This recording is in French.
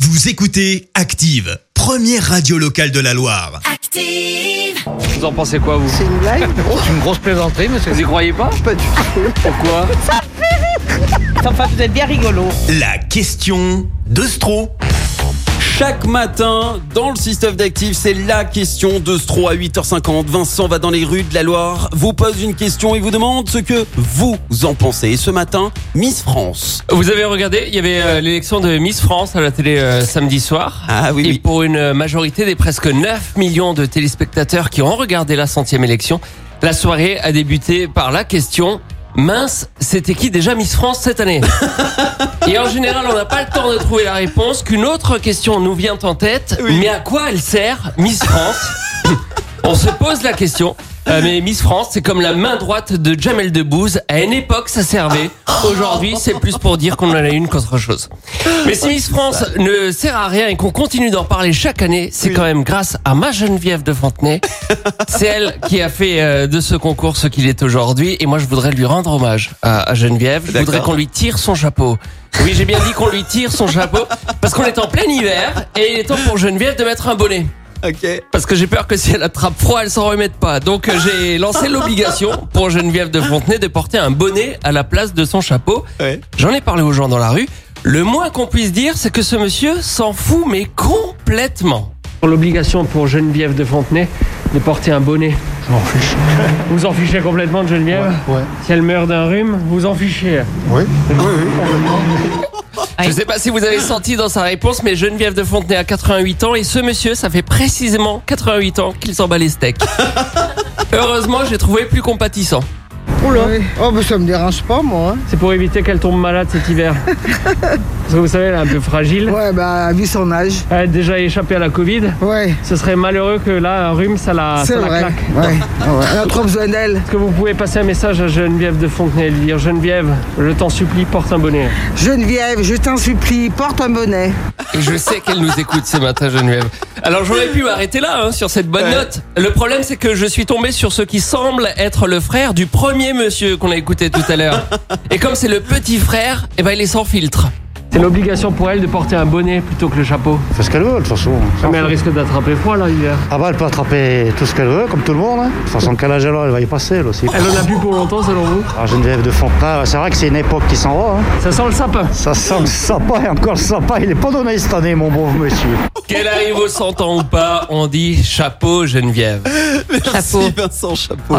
Vous écoutez Active, première radio locale de la Loire. Active. Vous en pensez quoi, vous C'est une blague C'est une grosse plaisanterie, monsieur. Vous y croyez pas Pas du tout. Pourquoi Enfin, vous êtes bien rigolo. La question de Stro. Chaque matin, dans le système d'actifs, c'est la question de Stro à 8h50. Vincent va dans les rues de la Loire, vous pose une question et vous demande ce que vous en pensez. Et ce matin, Miss France. Vous avez regardé, il y avait euh, l'élection de Miss France à la télé euh, samedi soir. Ah oui, et oui. pour une euh, majorité des presque 9 millions de téléspectateurs qui ont regardé la centième élection, la soirée a débuté par la question Mince, c'était qui déjà Miss France cette année Et en général, on n'a pas le temps de trouver la réponse, qu'une autre question nous vient en tête. Mais à quoi elle sert, Miss France On se pose la question. Euh, mais Miss France, c'est comme la main droite de Jamel Debbouze. À une époque, ça servait. Aujourd'hui, c'est plus pour dire qu'on en a une qu'autre chose. Mais si Miss France ne sert à rien et qu'on continue d'en parler chaque année, c'est quand même grâce à ma Geneviève de Fontenay. C'est elle qui a fait euh, de ce concours ce qu'il est aujourd'hui. Et moi, je voudrais lui rendre hommage à, à Geneviève. Je voudrais qu'on lui tire son chapeau. Oui, j'ai bien dit qu'on lui tire son chapeau parce qu'on est en plein hiver et il est temps pour Geneviève de mettre un bonnet. Ok. Parce que j'ai peur que si elle attrape froid, elle s'en remette pas. Donc euh, j'ai lancé l'obligation pour Geneviève de Fontenay de porter un bonnet à la place de son chapeau. Ouais. J'en ai parlé aux gens dans la rue. Le moins qu'on puisse dire, c'est que ce monsieur s'en fout, mais complètement. L'obligation pour Geneviève de Fontenay de porter un bonnet. Je m'en fiche. Vous en fichez complètement de Geneviève Ouais. Si elle meurt d'un rhume, vous en fichez. Oui. Je sais pas si vous avez senti dans sa réponse, mais Geneviève de Fontenay a 88 ans et ce monsieur, ça fait précisément 88 ans qu'il s'en bat les steaks. Heureusement, j'ai trouvé plus compatissant. Oula. Oui. Oh, bah ça me dérange pas, moi. hein. C'est pour éviter qu'elle tombe malade cet hiver. Parce que vous savez, elle est un peu fragile. Ouais, bah, vu son âge. Elle a déjà échappé à la Covid. Ouais, Ce serait malheureux que là, un rhume, ça Ah, la, c'est ça la vrai. claque. Ouais. Ah ouais. On a trop besoin d'elle. Est-ce que vous pouvez passer un message à Geneviève de Fontenay et lui dire Geneviève, je t'en supplie, porte un bonnet. Geneviève, je t'en supplie, porte un bonnet. Et je sais qu'elle nous écoute ce matin, Geneviève. Alors j'aurais pu m'arrêter là, hein, sur cette bonne note. Le problème, c'est que je suis tombé sur ce qui semble être le frère du premier monsieur qu'on a écouté tout à l'heure. Et comme c'est le petit frère, eh ben il est sans filtre. C'est l'obligation pour elle de porter un bonnet plutôt que le chapeau. fait ce qu'elle veut, de toute façon. Ah, Mais elle risque d'attraper froid là l'hiver. Ah bah, elle peut attraper tout ce qu'elle veut, comme tout le monde. Hein. De toute façon, quel âge elle a, elle va y passer, elle aussi. Elle en a bu pour longtemps selon vous Alors, Geneviève de Fontenay, c'est vrai que c'est une époque qui s'en va. Hein. Ça sent le sapin. Ça sent le sapin, et encore le sapin, il est pas donné cette année, mon bon monsieur. Qu'elle arrive aux 100 ans ou pas, on dit chapeau Geneviève. Merci Vincent, chapeau.